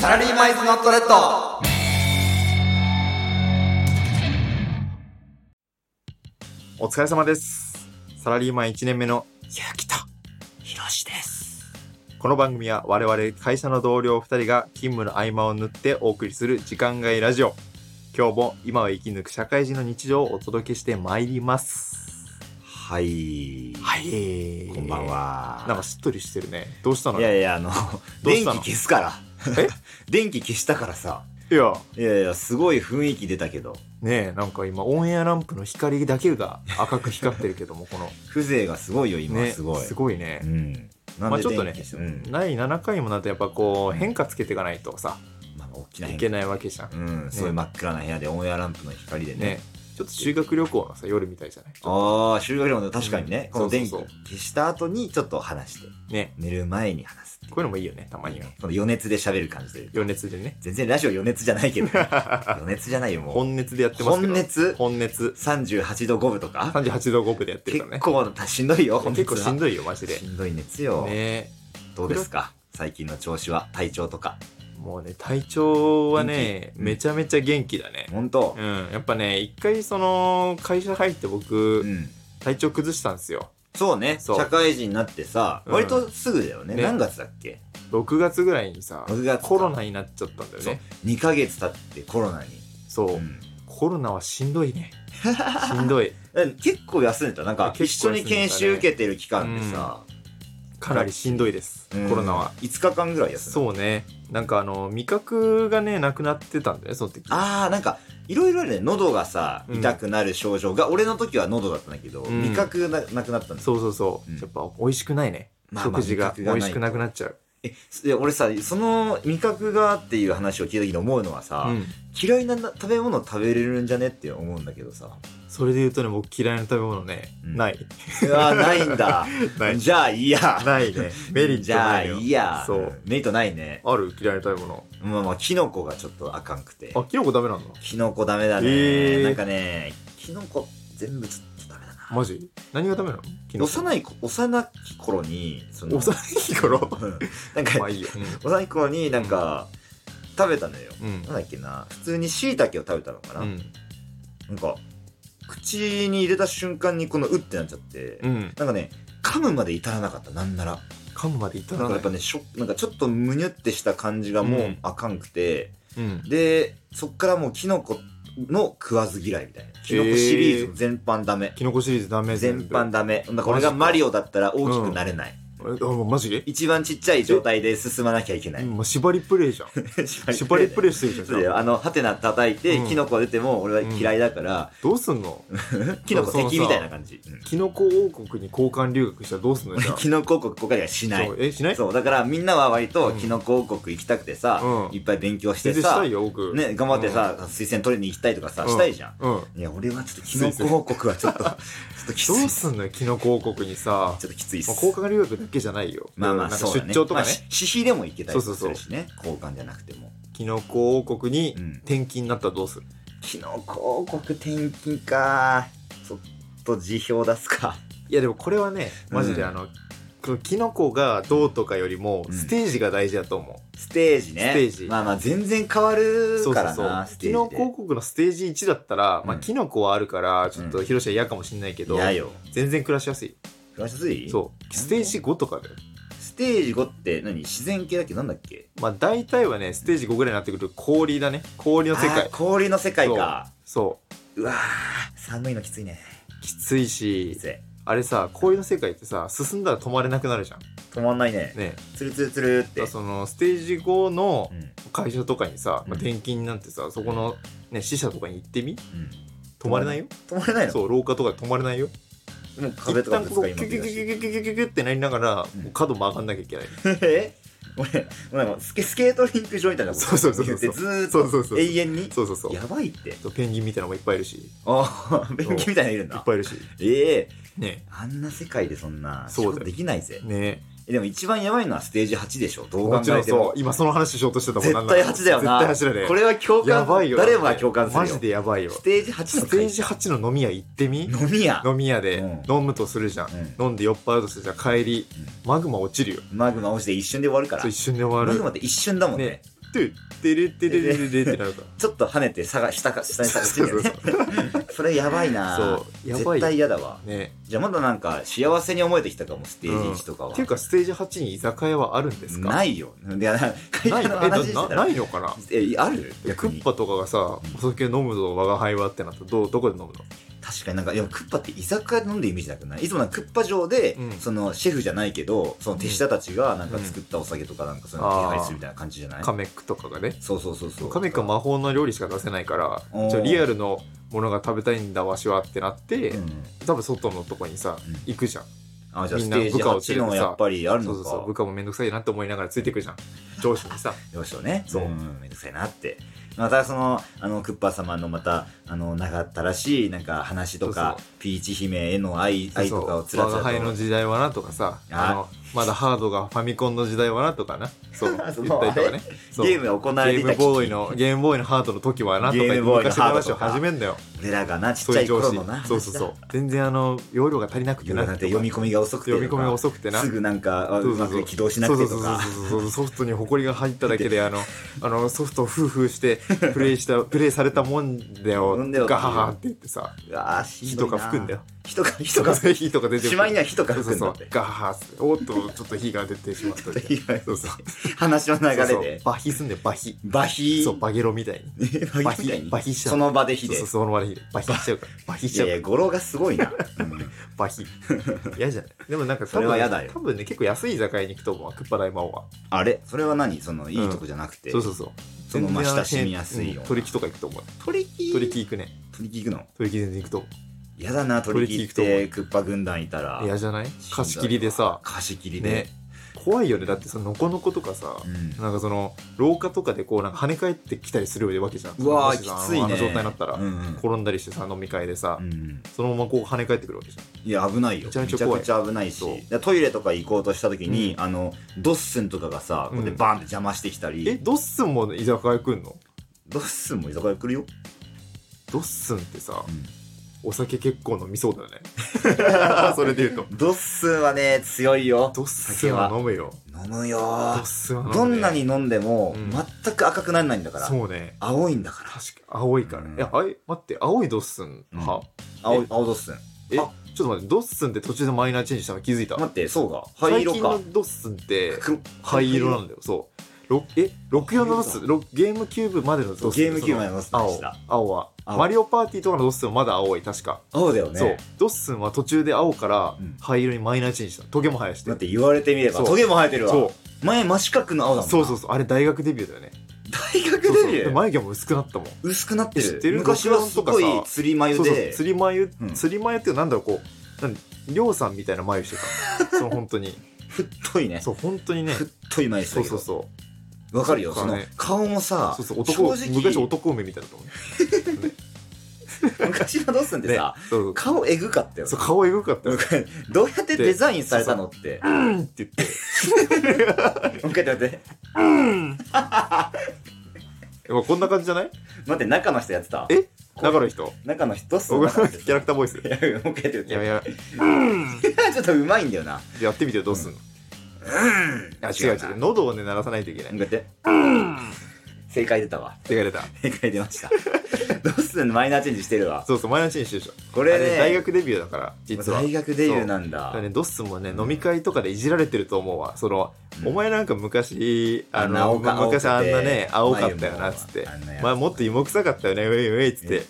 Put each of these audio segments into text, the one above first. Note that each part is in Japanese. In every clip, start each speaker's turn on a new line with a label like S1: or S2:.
S1: サラリーマイズノットレッド
S2: お疲れ様です。サラリーマン1年目の
S1: ゆうきとひろしです
S2: この番組は我々会社の同僚2人が勤務の合間を縫ってお送りする時間外ラジオ。今日も今を生き抜く社会人の日常をお届けしてまいります。
S1: はい、
S2: い
S1: こんばん。は
S2: なんかしっとりしてるね。どうしたの
S1: い
S2: いや
S1: やいやあの
S2: どう
S1: 電
S2: し
S1: 気
S2: たの
S1: 消すから
S2: え
S1: 電気消したからさいやいやすごい雰囲気出たけど
S2: ねえ、なんか今オンエアランプの光だけが赤く光ってるけども、この。
S1: 風情がすごいよ今、
S2: ね、
S1: すごい
S2: すごいね
S1: う。んなん
S2: まあ
S1: で
S2: ちょっと
S1: 電
S2: ね
S1: 気消す、うん
S2: 第7回もなってやっぱこう変化つけていかないとさ、
S1: まあ、大きない変
S2: け
S1: 化
S2: ないわけじゃん。
S1: うんそういう真っ暗な部屋でオンエアランプの光でね
S2: ね、ちょっと修学旅行のさ、夜みたいじゃない
S1: ああ修学旅行の確かにね、
S2: う
S1: こ
S2: ん
S1: の電気
S2: そう
S1: 消
S2: そう
S1: した後にちょっと話して
S2: ね、
S1: 寝る前に話すっていう
S2: こういうのもいいよね、たまには。
S1: この余熱で喋る感じというか
S2: 余熱でね。
S1: 全然ラジオ余熱じゃないけど 余熱じゃないよもう
S2: 本熱でやってますけど。
S1: 本熱
S2: 本熱。
S1: 38度5分とか
S2: 38度5分でやってるか
S1: 結
S2: らね。
S1: 構たしんどいよ
S2: 結構しん
S1: い
S2: どいよ、マジで
S1: し。んどい熱よ、
S2: ね
S1: どうですか最近の調子は体調とか
S2: もうね、体調は
S1: 元
S2: ね、
S1: 気
S2: めちゃめちゃ元気だね。
S1: 本当
S2: うん、やっぱね、一回その、会社入って
S1: う
S2: 僕、
S1: ん、
S2: 体調崩したんですよ。
S1: そうね
S2: そう
S1: 社会人になってさ、
S2: うん
S1: 割とすぐだよね
S2: ね
S1: 何月だっけ
S2: 6月ぐらいにさ
S1: 6月、か
S2: コロナになっちゃったんだよ
S1: そう
S2: ね。
S1: 2ヶ月経ってコロナに、
S2: そうう。
S1: ん
S2: コロナはしんどい ね。しんどい。
S1: だから結構休んでたなんか一
S2: 結
S1: 緒
S2: 構休んでたね
S1: に研修受けてる期間でさ、
S2: かなりしんどいです
S1: う。ん
S2: コロナは。
S1: 5日間ぐらい休んだ
S2: そうねなんかあの味覚がねなくなってたんだよねその時
S1: あーなんかいろいろね喉がさ
S2: うん
S1: 痛くなる症状が、俺の時は喉だったんだけど、
S2: うん
S1: 味覚ななくなったんです
S2: そうそうそう、
S1: うん
S2: やっぱ美味しくないね、
S1: まあまあ
S2: 食事が
S1: 味覚
S2: 美
S1: がない
S2: 味しくなくなっちゃう、
S1: えで俺さその味覚がっていう話を聞いた時に思うのはさ、
S2: うん、
S1: 嫌いなな食べ物食べれるんじゃねって思うんだけどさ
S2: それで言うとね僕嫌いな食べ物ね、
S1: うん
S2: ない
S1: うわないんだ
S2: ない
S1: じゃあいいや
S2: ないねメリット
S1: じゃ
S2: な
S1: あ
S2: いよ
S1: いいや
S2: そう
S1: メリットないね
S2: ある嫌いな食べ物
S1: まあまあキノコがちょっとあかんくて
S2: あキノコダメなんだ
S1: キノコダメだね、
S2: えー
S1: なんかねキノコ全部ちょっとダメだな
S2: マジ何がダメなのキノコ
S1: 幼い子幼き頃にその
S2: 幼い頃
S1: うんなん
S2: ま
S1: か
S2: あいいよ、
S1: 幼い頃になんか、食べたのよ
S2: うんうん
S1: なんだっけな普通に椎茸を食べたのかな、
S2: うん
S1: なんか口に入れた瞬間にこのうってなっちゃって、
S2: うん
S1: なんかね噛むまで至らなかったなんなら
S2: 噛むまで至
S1: なん
S2: ら
S1: か
S2: な
S1: や
S2: い
S1: っぱねしょなんかちょっとむにゅってした感じがも
S2: う
S1: うんあかんくて、
S2: うん
S1: でそっからもうキノコの食わず嫌いみたいなキノコシリーズ全般ダメ、
S2: キノコシリーズダメ
S1: 全
S2: 部
S1: 般ダメなんか俺がマリオだったら大きくなれない、
S2: えあもうマジ、
S1: 一番ちっちゃい状態で進まなきゃいけない、
S2: うん、もう縛りプレ イじゃん縛りプレイしてるじゃん
S1: そうだよあのハテナ叩いて、
S2: うん
S1: キノコ出ても俺は嫌いだから、
S2: どうすんの
S1: キノコ敵みたいな感じ、うん
S2: キノコ王国に交換留学したらどうすんのじゃ あ
S1: 俺キノコ王国公開はしない
S2: そうえしない
S1: そうだからみんなは割と
S2: うん
S1: キノコ王国行きたくてさ、
S2: うん
S1: いっぱい勉強して
S2: 全然し
S1: さ、
S2: たい
S1: ね、
S2: よ僕
S1: 頑張ってさ、推薦取りに行きたいとかさ、したいじゃん
S2: うん、うん、
S1: いや俺はちょっとキノコ王国はちょっとちょっときつ
S2: ど
S1: いうっす
S2: すんのよキノコ王国にさ
S1: ちょっときついっす
S2: まあ、交換留学だけじゃないよ
S1: まあまあ
S2: なん
S1: そ
S2: か
S1: うだね
S2: 出張とかね、
S1: まあし私費でも行けたりす
S2: そ
S1: る
S2: うそうそう
S1: しね交換じゃなくても
S2: キノコ王国に
S1: うん
S2: 転勤になったらどうする、
S1: キノコ王国転勤かちょっと辞表出すか
S2: いやでもこれはねマジで
S1: うん
S2: あの、このキノコがどうとかよりも
S1: うん
S2: ステージが大事だと思
S1: ステージね
S2: ステージ
S1: まあまあ全然変わ
S2: う、
S1: る
S2: そう
S1: か
S2: そう
S1: ら
S2: そう
S1: なステ
S2: キノコ王
S1: ー
S2: 国のステージ1だったら、ま
S1: う
S2: あ、
S1: ん
S2: キノコはあるからちょっ
S1: う
S2: と広島嫌かもしんないけ
S1: ジで
S2: ど、
S1: 嫌よ
S2: 全然暮らしやすい
S1: 暮らしやすい
S2: そうステージ5とかだよ
S1: ステージ5って何自然系だっけなんだっけ
S2: まあ大体はねステージ5ぐらいになってくると氷だね氷の世
S1: あー
S2: 界
S1: 氷の世界か
S2: そう
S1: わー寒いのきついね
S2: うきつい
S1: き
S2: し
S1: つい
S2: あれさ氷の世界ってさ進んだら止まれなくなるじゃん
S1: 止まんないね
S2: ね
S1: つるつるつるって
S2: だからそのステージ5の
S1: うんうん
S2: 会社とかにさ、
S1: うん
S2: まあ、転勤になってさそこのね支社とかに行ってみ止まれないよ
S1: 止まれないの
S2: そう廊下とかで止まれないよ
S1: もう
S2: 一
S1: 壁とか
S2: 旦
S1: ぶつ
S2: こ
S1: か
S2: う
S1: り
S2: キ
S1: ま
S2: ュ
S1: く
S2: キ
S1: り
S2: ュ
S1: だし
S2: キュキュキュキュキュキュってなりながら、
S1: うん
S2: もう角も上がんなきゃいけない
S1: え俺俺なんかスケスケートリンク場みたいなこと
S2: そうそうそ
S1: 言
S2: うそう
S1: ってずーっ
S2: そ
S1: と
S2: うそうそう
S1: 永遠に
S2: そうそうそう
S1: やばいって
S2: そうペンギンみたいなのもいっぱいいるしい
S1: ああ便器みたいなのいるん
S2: っ
S1: だ
S2: ぱいいるし
S1: ええ
S2: ね
S1: あんな世界でそんな仕
S2: そうだよ
S1: 事できないぜ
S2: ね
S1: えでも一番やばいのはステージ8でしょどう考
S2: もちろ
S1: え
S2: ん
S1: て
S2: そう
S1: も
S2: 今その話しようとしてたもん
S1: 絶
S2: なん
S1: 対
S2: か
S1: 8だよな
S2: 絶対走るね
S1: これは共
S2: や
S1: 感
S2: ばいよ
S1: 誰もが共感するよ
S2: マジでやばいよ
S1: ステージ8の
S2: ステージ8の飲み屋行ってみ
S1: 飲み屋、
S2: 飲み屋で
S1: う
S2: 飲むとするじゃん、
S1: う
S2: 飲んで酔っ払うとするじゃん帰りマグマ落ちるよ
S1: マグマ落ちて一瞬で終わるから
S2: そう一瞬で終わ
S1: マ
S2: る
S1: グマって一瞬だもんね
S2: ねトゥッテレッテレレレレってなるか
S1: ちょっと跳ねて下が下か下
S2: ら。
S1: に下がってるよねそれやばいな
S2: そう、やば
S1: 絶
S2: い。
S1: 対嫌だわ
S2: ね。
S1: じゃあまだなんか幸せに思えてきたかもステージ1とかは、
S2: っていうか、ステージ8に居酒屋はあるんですか
S1: ないよいや会
S2: ない
S1: 社の
S2: え
S1: 話して
S2: な
S1: た
S2: な
S1: ら
S2: ないのかな
S1: えある
S2: ク
S1: 逆に
S2: ッパとかがさ、お酒飲むぞ、我が輩はってなったら、どう、どこで飲むの
S1: 確かになんか、いや、クッパって居酒屋で飲んでるイメージなくないいつもなんかクッパ城で、
S2: うん
S1: そのシェフじゃないけど、その手下たちがなんか作ったお酒とかなんかそういうのを手配するみたいな感じじゃない、
S2: カメックとかがね。
S1: そうそうそうそう。
S2: カメックは魔法の料理しか出せないから
S1: おー、
S2: ちょリアルのものが食べたいんだ、わしはってなって、
S1: うん
S2: 多分外のとこにさ
S1: うん、
S2: 行くじゃん。
S1: あ、じゃあ
S2: みん
S1: ス
S2: な
S1: テージ
S2: 部下を連れてさ
S1: 8のやっぱりある
S2: そ
S1: の
S2: う
S1: か。
S2: そうそう。部下もめんどくさいなって思いながらついてくるじゃん。上司にさ。
S1: よいしょね。、
S2: そうん
S1: めんどくさいなって。またその、あの、クッパ様のまた、あの、長ったらしい、なんか話とか、
S2: そう
S1: ピーチ姫への 愛、愛とかをつら
S2: 我
S1: つ
S2: が
S1: ら
S2: 輩
S1: と
S2: の。時代はなとかさ、
S1: あ
S2: あの、まだハードがファミコンの時代はなとかな。 そう、言ったりとかね。そう
S1: ゲームが行われて
S2: ゲ
S1: いた
S2: ーム
S1: 時期
S2: ボーイの、ゲームボーイのハードの時はなとか言っ
S1: ゲ
S2: て
S1: ームボーイの
S2: 昔の
S1: ハード
S2: 話
S1: と
S2: を
S1: か
S2: 始めんだよ。
S1: 俺らがな、ちっ
S2: そう
S1: ちゃ
S2: いう
S1: い
S2: 上
S1: 頃
S2: 司
S1: のな。。
S2: そうそうそう。全然あの、容量が足りなくて
S1: 世
S2: な
S1: の
S2: と
S1: 中
S2: か。
S1: で読み込みが遅くてとか
S2: 読み込みが遅くてな
S1: すぐなんか
S2: そううそ
S1: ま
S2: うそう
S1: く起動しなくてとか
S2: そうそうそうそうそうソフトに埃が入っただけであのあのソフトをフーフーしてプレイ したプレイされたもんだよ
S1: もんだよ
S2: ガハハって言ってさ
S1: うわーし
S2: 火
S1: んど
S2: と
S1: いな
S2: か吹くんだよ
S1: 人が人が
S2: 火とか出てくる
S1: しまいには火とか吹くんだ
S2: そう
S1: っ
S2: そ
S1: て
S2: うガハハっておっとちょっと火が出てしまったみ たいなそうそう
S1: 話の流れ
S2: そうそう
S1: で
S2: バヒすんでバヒ
S1: バヒ
S2: そうバゲロみたいに
S1: バヒみたいに
S2: バヒしちゃう
S1: その場で火で
S2: そうそうその場で火でバヒしちゃ うからバヒし
S1: い
S2: ちゃ
S1: や
S2: う
S1: い
S2: から
S1: や語呂がすごいなうん
S2: バヒ嫌じゃないでもなんか多分
S1: それは嫌だよ
S2: 多分ね結構安い居酒屋に行くと思うわクッパ大魔王は
S1: あれそれは何そのいいとこじゃなくて
S2: そうそうそう
S1: そのまあ
S2: 全然
S1: 親
S2: あ
S1: しみやすいよう
S2: う
S1: なん
S2: 取引とか行くと思う
S1: 鳥木
S2: 取引行くね
S1: 鳥木行くの
S2: 取引全然行くと
S1: やだな鳥木っ
S2: 鳥木
S1: てクッパ軍団いたら
S2: 嫌じゃない
S1: しんどいわ
S2: 貸し切りでさ
S1: 貸し切り
S2: ね
S1: で
S2: 怖いよねだってそのノコノコとかさ、
S1: うん
S2: なんかその廊下とかでこうなんか跳ね返ってきたりするわけじゃん
S1: うわー
S2: その
S1: き
S2: もしさ
S1: ついね
S2: あの状態になったら、
S1: うんうん
S2: 転んだりしてさ飲み会でさ、
S1: うん
S2: そのままこう跳ね返ってくるわけじゃん
S1: いや危ないよ
S2: め
S1: め
S2: ち
S1: ち
S2: ゃ
S1: ゃ
S2: め
S1: く
S2: ちゃ
S1: ち
S2: 怖い
S1: ゃ危ないし
S2: そう
S1: でトイレとか行こうとした時に、
S2: う
S1: あのドッスンとかがさこうやって
S2: うん
S1: バーンって邪魔してきたり、
S2: えドッスンも居酒屋来んの
S1: ドッスンも居酒屋来るよ、
S2: ドッスンってさ
S1: うん
S2: お酒結構飲みそうだよね それで言うと
S1: ドッスンはね強いよ
S2: ドッスンは飲むよ
S1: 飲むよ
S2: ド
S1: ー
S2: ッスンは飲む、ね、
S1: どんなに飲んでも、
S2: うん
S1: 全く赤くならないんだから
S2: そうね
S1: 青いんだから
S2: 確か青いから、
S1: うん
S2: いやあい待って青いドッスン派、
S1: うん青い青ドッスン
S2: えちょ
S1: あ
S2: っと待ってドッスンって途中でマイナーチェンジしたの気づいた
S1: 待ってそうが灰色か
S2: 最近のドッスンって
S1: く
S2: 灰色なんだよそうろえ64のドッスンろゲームキューブまでのドッスン
S1: ゲームキューブまでのドッスンでし
S2: 青
S1: た
S2: 青は
S1: 青
S2: マリオパーティーとかのドッスンはまだ青い確か、
S1: 青だよね
S2: そうドッスンは途中で青から
S1: うん
S2: 灰色にマイナーチェンジしたトゲも生やして
S1: だって言われてみれば
S2: そう
S1: トゲも生えてるわ
S2: そう
S1: 前真四角の青だもんな
S2: そうそうそうあれ大学デビューだよね
S1: 大学
S2: そうそう
S1: デビュ
S2: で
S1: ー
S2: 眉毛も薄くなったもん
S1: 薄くなって
S2: 知
S1: る
S2: ってる
S1: 昔はすごい
S2: 64とかさ
S1: 釣り眉で
S2: そうそう釣り眉、
S1: うん
S2: 釣り眉ってなんだろうこうなんりょうさんみたいな眉してたその本当 に
S1: 太いね
S2: そう本当にね
S1: 太い眉してた
S2: そう
S1: け
S2: そう
S1: ど
S2: そう
S1: わかるよ
S2: そう
S1: その
S2: かね
S1: 顔もさ
S2: そうそう男
S1: 正
S2: 昔
S1: 直
S2: 男梅みたいだと思う
S1: 昔のドッスンってさ
S2: そう
S1: 顔えぐかったよ
S2: そう顔エグかったよ
S1: どうやってデザインされたのっても
S2: うんって言って
S1: う一回やって待って
S2: まあこんな感じじゃない
S1: 待って中の人やってた
S2: え中の人
S1: 中の人ドッスン
S2: 僕
S1: の
S2: の
S1: 中
S2: キ
S1: の人
S2: ャラクターボイス
S1: いやいやもう一回やって
S2: いやい
S1: や
S2: や
S1: ってちょっとうまいんだよな
S2: やってみてよどうすんのあ違う
S1: 違う
S2: 違う
S1: な
S2: 喉をね鳴らさないといけない
S1: もう一回やって正解出たわ
S2: 手が出た
S1: 正解出ま したドッスンのマイナーチェンジしてるわ
S2: そうそうマイナーチェンジしてるでしょ
S1: これ
S2: あ
S1: ね
S2: 大学デビューだから実は
S1: 大学デビューなん
S2: だ
S1: だ
S2: からね、ドッスンもね、飲み会とかでいじられてると思うわ。その、
S1: うん
S2: お前なんか昔、あ
S1: あんな
S2: の、
S1: 青か
S2: 昔あ
S1: 青く
S2: ん
S1: て
S2: なね、青かったよな、
S1: 眉毛も
S2: つって
S1: あんなや。つ
S2: 前もっと芋臭かったよね、ウェイウェイ、つって。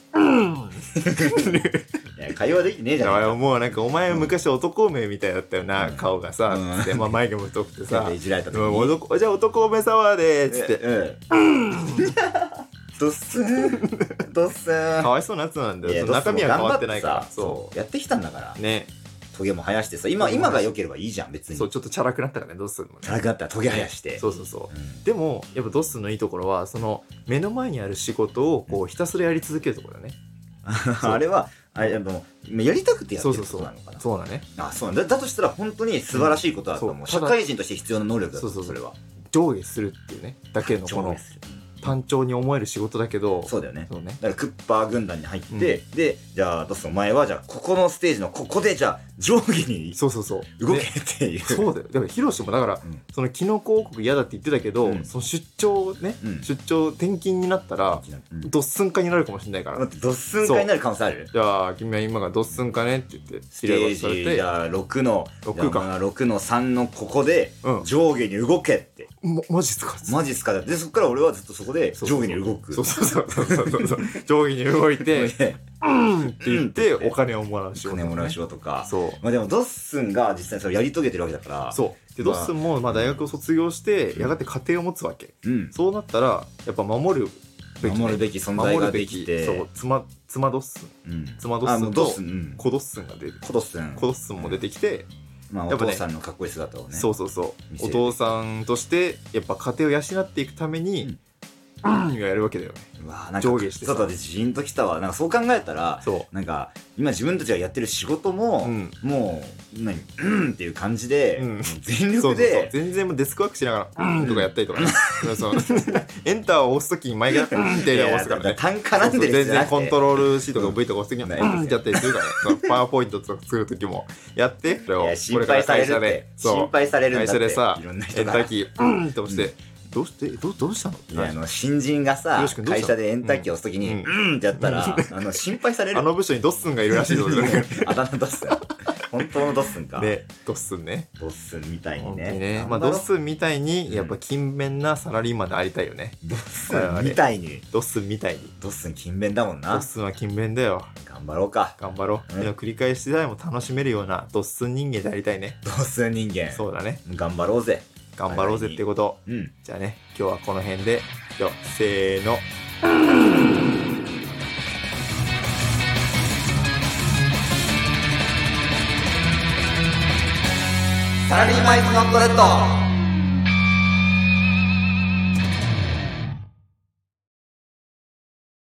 S1: いや会話できてねえじ
S2: だ
S1: ゃ
S2: か
S1: ん
S2: らもうなんか、お前昔男梅みたいだったよな、
S1: うん
S2: 顔がさ、
S1: うん
S2: つって。まあ眉毛も太くて
S1: さ
S2: さ
S1: あ。いじられた時
S2: もう
S1: に
S2: 男じゃあ男梅サワーでーっつって。
S1: うんドッスンドッスン
S2: かわいそうなやつなんだ
S1: いや
S2: よ。その中身は変わってないか
S1: ド
S2: ら。
S1: ッスンも頑張っ
S2: そ
S1: てさやってきたんだから
S2: う。ね。
S1: トゲも生やしてさ今
S2: うん
S1: 今が良ければいいじゃん別
S2: そう、
S1: に
S2: ちょっとチャラくなったからね、ドッスンもね。
S1: 辛くなったらトゲ生やして
S2: そうそうそう。
S1: うん
S2: でもやっぱドッスンのいいところはその目の前にある仕事をこうひたすらやり続けるところだねそう
S1: あれはあれでもやりたくてやってるってことなのかな
S2: そうだね
S1: あそうなんだだとしたら本当に素晴らしいことだと思
S2: うん
S1: う
S2: そ
S1: 社
S2: うただ
S1: 会人として必要な能力だと
S2: そ
S1: 思
S2: う
S1: う
S2: そ
S1: そうれ
S2: そ
S1: は
S2: 上下するっていうねだけのこ
S1: 上
S2: の
S1: 下する
S2: 単調に思える仕事だけど
S1: そうだよね
S2: そうね
S1: だからクッパー軍団に入って、でじゃあドスお前はじゃあここのステージのここでじゃあ上下に
S2: そうそうそう
S1: 動け
S2: で
S1: っていう
S2: そうだよだからヒロシもだから
S1: うん
S2: そのキノコ王国嫌だって言ってたけど、
S1: うん
S2: その出張ね、
S1: うん
S2: 出張転勤になったら
S1: うん
S2: ドッスン化になるかもしれないから、
S1: 待ってドッスン会になる可能性ある
S2: じゃあ君は今がドッスンかねって言って
S1: ステー
S2: され
S1: ジじ
S2: て
S1: ゃあ6の
S2: 六か
S1: じゃあ6の3のここで
S2: うん
S1: 上下に動けって
S2: まマジっすか
S1: マジっすかでそっから俺はずっとそこで上下に動く
S2: そうそうそうそうそうそうそう上下に動いて
S1: それで
S2: うんって言ってお金をもらう仕事ね、
S1: 金もらう仕事か
S2: そう
S1: まあでもドッスンが実際それをやり遂げてるわけだから
S2: そうで
S1: ま
S2: ド
S1: あ
S2: ッスンもまあ大学を卒業してやがて家庭を持つわけ
S1: うん
S2: そうなったらやっぱ守るべきね、
S1: 守るべき存在ができて
S2: そう妻妻ドッスン
S1: うん
S2: 妻ド
S1: あ
S2: ッス
S1: もう
S2: ン
S1: ドッ
S2: と
S1: スンうん
S2: 子ドッスンが出る
S1: コドッスン
S2: 子ドッスンも出てきて、
S1: まあ
S2: や
S1: お
S2: っぱね
S1: 父さんのかっこいい姿をね
S2: そうそうそ
S1: 見
S2: う
S1: せ
S2: お
S1: る
S2: 父さんとしてやっぱ家庭を養っていくために、うん、やるわけだよね
S1: うわなんか
S2: 上下してさ
S1: そうだでジーンときたわなんかそう考えたら
S2: そ
S1: なんか今自分たちがやってる仕事も、
S2: うん
S1: もう何うんっていう感じで、
S2: うん
S1: 全力
S2: うそうそうそう
S1: で
S2: 全然もうデスクワークしながら「うん」とかやったりと かね、そうそうエンターを押す時に前が「うん」って
S1: いや
S2: 押
S1: な
S2: す
S1: ん
S2: か
S1: から
S2: ね
S1: 単価 なんで
S2: そうそう
S1: る
S2: 全然コント
S1: ロ
S2: ロール C とか V とか押すときには
S1: うん
S2: ね、やったりするからね、そのパワーポイントとか作るときもやって、それを
S1: いや心配されるって
S2: そ
S1: 心
S2: う、
S1: 配されるんだって
S2: 会社でさ、
S1: いろんな
S2: エ
S1: 人
S2: ンタ
S1: が
S2: ーキー、うんって押して、どうして、どうどうしたのって
S1: いやあ
S2: なる
S1: の新人が
S2: よ
S1: さ
S2: し君どうし
S1: 会
S2: た
S1: 社でエンターキーを押すときに
S2: う
S1: うんん、ってやったら、あの心配される
S2: あの部署にドッスンがいるら しいぞ、
S1: あだ名ドッスン本当のドッスンか、
S2: で、 ドッスンね。
S1: ドッスンみたい
S2: 本
S1: に
S2: 当
S1: ね
S2: にね。まあ、
S1: 頑張
S2: ドッ
S1: ろう
S2: スンみたいに、やっぱ勤勉なサラリーマンでありたいよね。
S1: ドッスンみたいに
S2: ドッスンみたいに。
S1: ドッスン勤勉だもん
S2: ドッ
S1: な
S2: スンは勤勉だよ。
S1: 頑張ろうか
S2: 頑張ろう。
S1: うん
S2: 繰り返しでも楽しめるようなドッスン人間でありたいね。
S1: ドッスン人間
S2: そうだね。
S1: 頑張ろうぜ
S2: 頑張ろうぜってこと。
S1: うん
S2: じゃあね、今日はこの辺で、よ、せーの。
S1: サラリーマイズノットレッド